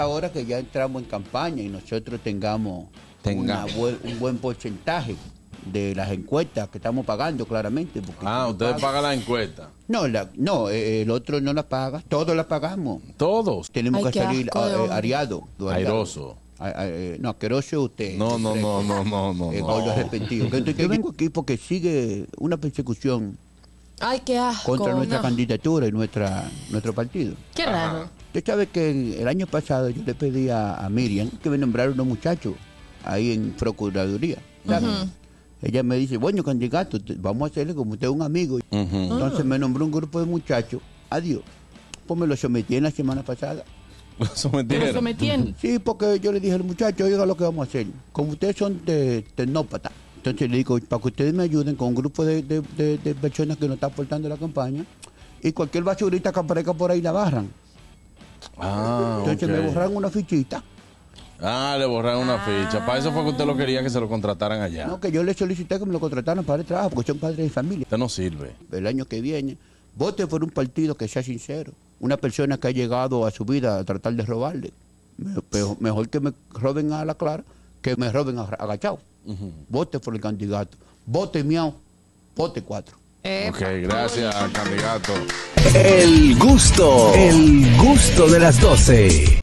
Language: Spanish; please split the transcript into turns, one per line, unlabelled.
ahora que ya entramos en campaña y nosotros tengamos una
Tengamos.
buen- un buen porcentaje de las encuestas que estamos pagando claramente porque
Ah,
tú
ustedes
pagas-
pagan la encuesta.
no la- no eh, el otro no la paga todos la pagamos
Todos.
tenemos
Ay,
que
qué
salir
asco de
a- eh,
hombre.
ariado
Airoso.
A- a- eh, no asqueroso es usted
No, no,
fresco,
no, no, no, no.
eh,
no.
gordo arrepentido Que- que yo vengo aquí porque sigue una persecución
Ay, qué asco.
contra nuestra
no.
candidatura y nuestra nuestro partido
Qué raro.
Usted sabe que el, el año pasado yo le pedí a, a Miriam que me nombrara unos muchachos ahí en Procuraduría. ¿sabe? Ella me dice, bueno, candidato, te- vamos a hacerle como usted es un amigo.
Ujú.
Entonces me nombró un grupo de muchachos. Adiós. Pues me lo sometí en la semana pasada.
Lo
Pero
sometieron.
sometieron.
Sí, porque yo le dije al muchacho, oiga lo que vamos a hacer. Como ustedes son de tecnópatas, entonces le digo, para que ustedes me ayuden con un grupo de, de- de- de personas que nos están aportando la campaña y cualquier basurita que aparezca por ahí la barran.
Ah,
Entonces
ok.
me borraron una fichita.
Ah, le borraron una ficha. Para eso fue que usted lo quería que se lo contrataran allá.
No, que yo le solicité que me lo contrataran para el trabajo, porque son padres de familia.
Usted no sirve.
El año que viene, vote por un partido que sea sincero. Una persona que ha llegado a su vida a tratar de robarle. Me- pejo- Mejor que me roben a la clara que me roben a- agachado. Vote por el candidato. Vote miau. Vote cuatro.
eh,
Ok, gracias, candidato.
El gusto, el gusto de las doce.